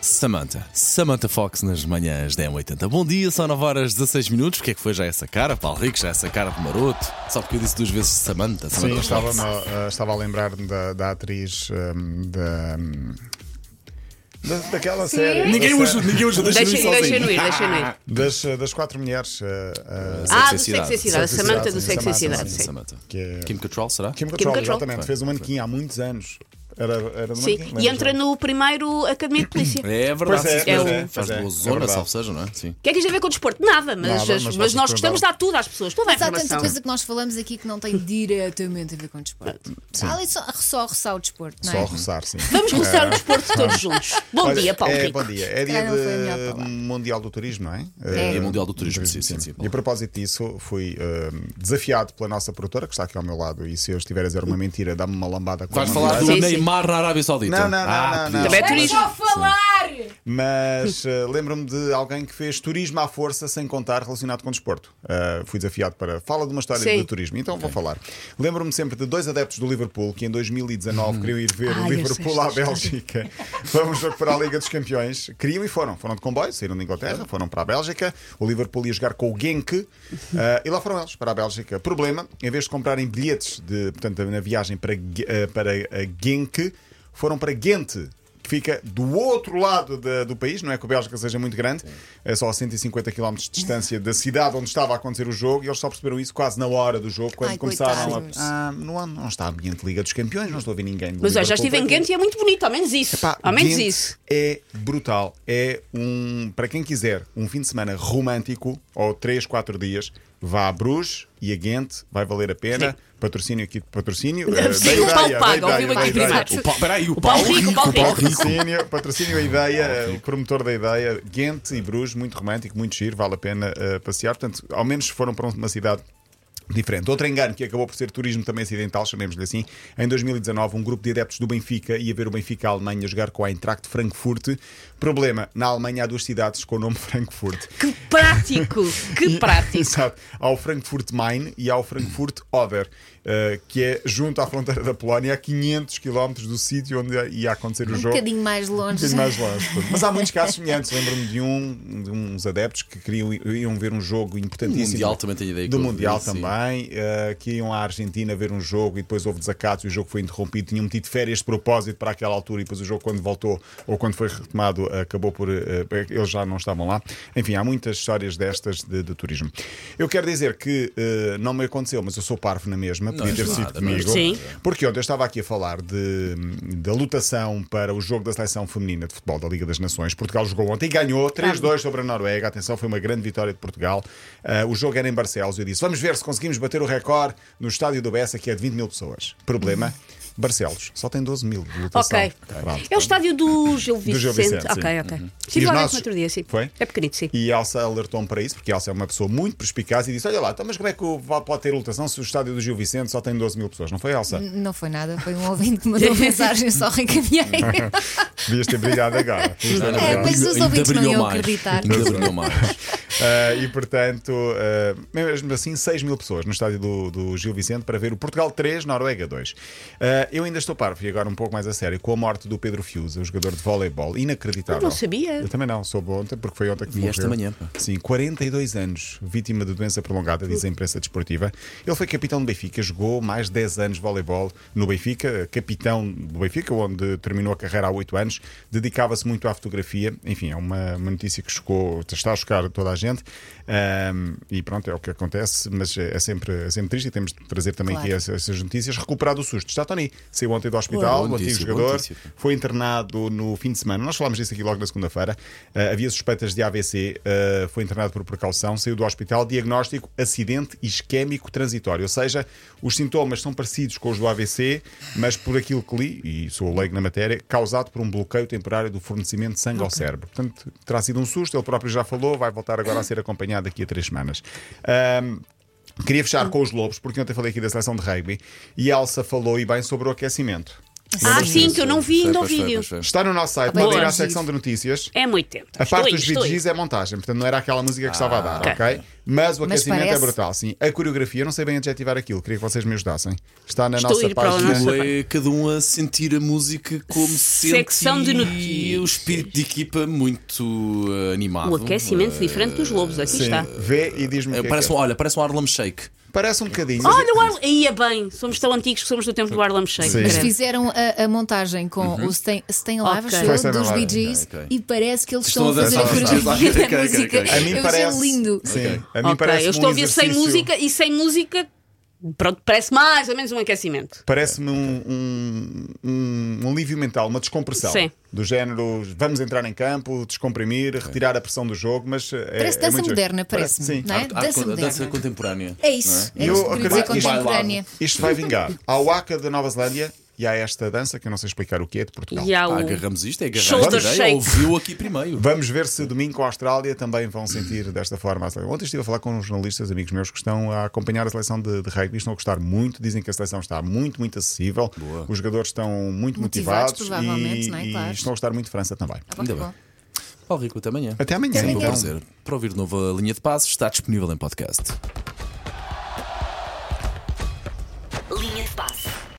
Samantha. Samantha Fox nas manhãs da 80 Bom dia, são 9 horas 16 minutos. O que é que foi já essa cara, Paulo Rico? Já essa cara de maroto? Só porque eu disse duas vezes Samantha. Samantha Sim, Fox. estava-me a- a- estava a lembrar-me da, da atriz hum, da, hum, da- daquela série. Ninguém da o série- ajuda, ninguém o ajuda. Deixa-me Deixa-me sozinho. deixa-me ir, deixa-me Ah, ir. Das, das quatro mulheres. uh, uh, Ah, Sexy do sexo e Cidade. cidade. A Sexy Samantha do Cidade, sim, sexo e Samantha, cidade. sim, sim. Samantha. que é- Kim Control, será? Kim Cattrall, Cattrall. exatamente. Fez um manequim há muitos anos. Era, era do Sim, manequim, e lembras? entra no primeiro Academia de Polícia. O É verdade, Pois é, sim, pois senhora. é, faz pois é, boa é zona, verdade. salvo seja, não é? Sim. que é que isto tem a ver com desporto? Nada, mas, Nada, mas as- mas, vocês nós gostamos de dar tudo às pessoas. Toda a Mas há tanta informação. coisa que nós falamos aqui que não tem diretamente a ver com desporto. Há ali só, só roçar o desporto, não é? Só a roçar, sim. Vamos começar o desporto todos juntos. Bom Ah. Olha, dia, Paulo é, Rico. Bom dia. É dia calhar não foi a melhor de palavra. Mundial do Turismo, não é? É. Eh, Dia Mundial do Turismo, sim, sim, sim. E a propósito disso, fui eh, desafiado pela nossa produtora, que está aqui ao meu lado, e se eu estiver a dizer uma mentira, dá-me uma lambada com Vais uma falar do mentira. Sim, sim. Neymar na Arábia Saudita. Não, não, não, Ah, não, não. podia. Também é turismo. Mas eh, lembro-me de alguém que fez turismo à força sem contar relacionado com desporto. Eh, fui desafiado para fala de uma história Sim. de turismo, então vou falar. Lembro-me sempre de dois adeptos do Liverpool que em 2019 queriam ir ver Ai, o Ah, eu sei Liverpool esta à Bélgica. Vamos para a Liga dos Campeões. Queriam e foram. Foram de comboio, saíram da Inglaterra, foram para a Bélgica. O Liverpool ia jogar com o Genk Uhum. eh, e lá foram eles para a Bélgica. Problema, em vez de comprarem bilhetes de, portanto, na viagem para, Ge- eh, para eh, Genk, foram para Ghent que fica do outro lado da- do país, não é que a Bélgica seja muito grande, é só a 150 km de distância da cidade onde estava a acontecer o jogo, e eles só perceberam isso quase na hora do jogo, quando Ai, começaram coitados. a. Ah, não, há- não está ambiente de Liga dos Campeões, não estou a ver ninguém. do Mas olha, já Liverpool. estive em Ghent e é muito bonito, ao menos isso. Epá, Ao menos Ghent isso. É brutal. É um, para quem quiser, um fim de semana romântico, ou 3, 4 dias, vá a Bruges e a Ghent, vai valer a pena. Sim. Patrocínio aqui, patrocínio. eh, Sim, dei o Paulo ideia, paga, dei ouviu ideia, aqui dei ideia. primeiro. O Paulo- peraí, o O Paulo Paulo Rico, Rico, o Paulo o Paulo Rico. Rico. Patrocínio, patrocínio a ideia, o promotor da ideia, Ghent e Bruges, muito romântico, muito giro, vale a pena eh, passear. Portanto, ao menos foram para uma cidade. Diferente. Outro engano que acabou por ser turismo também acidental, chamemos-lhe assim. Em 2019, um grupo de adeptos do Benfica ia ver o Benfica à Alemanha jogar com a Eintracht Frankfurt. Problema: na Alemanha há duas cidades com o nome Frankfurt. Que prático, que prático. Exato. Há o Frankfurt Main e há o Frankfurt Oder, eh, que é junto à fronteira da Polónia, a 500 km do sítio onde ia acontecer o Um jogo. bocadinho mais Um longe. bocadinho mais longe. pronto. Mas há muitos casos semelhantes. Lembro-me de, um, de uns adeptos que queriam iam ver um jogo importantíssimo. Do Mundial também tenho ideia que Do eu Mundial vi, sim. também. eh, que iam à Argentina ver um jogo e depois houve desacatos e o jogo foi interrompido. Tinham metido férias de propósito para aquela altura e depois o jogo, quando voltou ou quando foi retomado, acabou por. eh, eles já não estavam lá. Enfim, há muitas histórias destas de, de turismo. Eu quero dizer que eh, não me aconteceu, mas eu sou parvo na mesma. Podia és ter sido nada, não és comigo. Sim. Porque ontem eu estava aqui a falar de, da lutação para o jogo da seleção feminina de futebol da Liga das Nações. Portugal jogou ontem e ganhou 3-2 sobre a Noruega. Atenção, foi uma grande vitória de Portugal. Ah, o jogo era em Barcelos. Eu disse: vamos ver se conseguimos bater o recorde no estádio do Bessa, que é de 20 mil pessoas. Problema: Barcelos só tem 12 mil de lutação. Ok. Pronto. É o estádio do Gil Vicente. tá Gil Vicente, sim. Uhum. ok, ok. E Estive os lá nossos? no outro dia, sim. Foi? É pequenito, sim. E a Elsa alertou-me para isso, porque a Elsa é uma pessoa muito perspicaz e disse: Olha lá, então, mas como é que o- pode ter lutação se o estádio do Gil Vicente só tem 12 mil pessoas? Não foi, Elsa? Não foi nada, foi um ouvinte que mandou mensagem só reencaminhei. Devias ter brigado agora. Devias ter Ainda É, brigado. mas os brilhou- ouvintes não ainda iam brilhou mais. acreditar. Ainda brilhou mais. Ah, e portanto, ah, mesmo assim, 6 mil pessoas no estádio do, do Gil Vicente para ver o Portugal 3, Noruega 2. Ah, eu ainda estou parvo, e agora um pouco mais a sério, com a morte do Pedro Fiusa, o jogador de voleibol, inacreditável. Eu não sabia. Eu também não, soube ontem, porque foi ontem que Vi morreu. esta manhã, pá. Sim, 42 anos, vítima de doença prolongada, diz a imprensa desportiva. Ele foi capitão do Benfica, jogou mais de 10 anos de voleibol no Benfica, capitão do Benfica, onde terminou a carreira há 8 anos, dedicava-se muito à fotografia. Enfim, é uma, uma notícia que chocou, está a chocar toda a gente. Ahm, e pronto, é o que acontece, mas é é sempre, é sempre triste e temos de trazer também Claro. aqui essa- essas notícias. Recuperado o susto. Está Tony, saiu ontem do hospital, Boa o um antigo notícia, boa jogador notícia. foi internado no fim de semana. Nós falámos disso aqui logo na segunda-feira. Ah, havia suspeitas de AVC, ah, foi internado por precaução, saiu do hospital, diagnóstico acidente isquémico transitório. Ou seja, os sintomas são parecidos com os do AVC, mas por aquilo que li, e sou leigo na matéria, causado por um bloqueio temporário do fornecimento de sangue ao cérebro. Portanto, terá sido um susto, ele próprio já falou, vai voltar agora a ser acompanhado daqui a três semanas. Um, Ahm, Queria fechar com os Lobos, porque ontem falei aqui da seleção de rugby e a Elsa falou e bem sobre o aquecimento. Ah, Lembras-te sim, disso? que eu não vi ainda o Pois foi, vídeo. pois foi. Está no nosso site, Boa. podem ir à Giro. secção de notícias. É muito tempo. A parte Estou dos indo, estou BGs indo. é montagem, portanto não era aquela música que estava a dar, ok? ok. Mas o Mas aquecimento é parece. brutal, sim. A coreografia, eu não sei bem adjetivar aquilo, queria que vocês me ajudassem. Está na Estou a nossa ir para o página. nosso- É cada um a sentir a música como se Secção sente é de e notícias. o espírito de equipa muito eh, animado. Um aquecimento Eh, diferente dos lobos, aqui está. Vê e diz-me. o eh, que é Parece que um, é. olha, parece um Harlem Shake. Parece um bocadinho. mas Olha, o Arl... ia bem, somos tão antigos que somos do tempo do Harlem Shake. Sim. Mas credo. fizeram a, a montagem com o Stay, Stay Alive, Ok. acho eu, Stay dos Alive, Bee Gees ok, ok. e parece que eles Estão estão, a a fazer a dançar, coreografia ok, da ok, ok. música. A mim eu parece. achei lindo. Sim, Ok. a mim Ok, parece eu estou um a ouvir sem exercício- música e sem música, pronto, parece mais ou menos um aquecimento. Parece-me um, um, um- um alívio mental, uma descompressão. Sim. Do género, vamos entrar em campo, descomprimir, retirar a pressão do jogo, mas. eh, É, Parece é dança muito giro. moderna, parece-me. Sim. não é? Arte- arte- Dança dança moderna. contemporânea. É isso. não é? É Eu isso que queria dizer, acredito que isto- contemporânea. Tá Isto vai vingar. Há o Aca da Nova Zelândia e há esta dança, que eu não sei explicar o que é, de Portugal. E há Pá, o. agarramos isto, é agarrar Shoulder esta ideia, shake. ouviu aqui primeiro. Vamos ver se domingo com a Austrália também vão sentir desta forma. a seleção. Ontem estive a falar com uns jornalistas, amigos meus, que estão a acompanhar a seleção de, de rugby, estão a gostar muito, dizem que a seleção está muito, muito acessível. Os jogadores estão muito Motivados, motivados, provavelmente, e, não é? e Claro. estão a gostar muito de França também. Ah, pá, que Ainda bom. Paulo Rico, até amanhã. Até amanhã. Sempre um então. prazer. Para ouvir de novo a linha de passos, está disponível em podcast.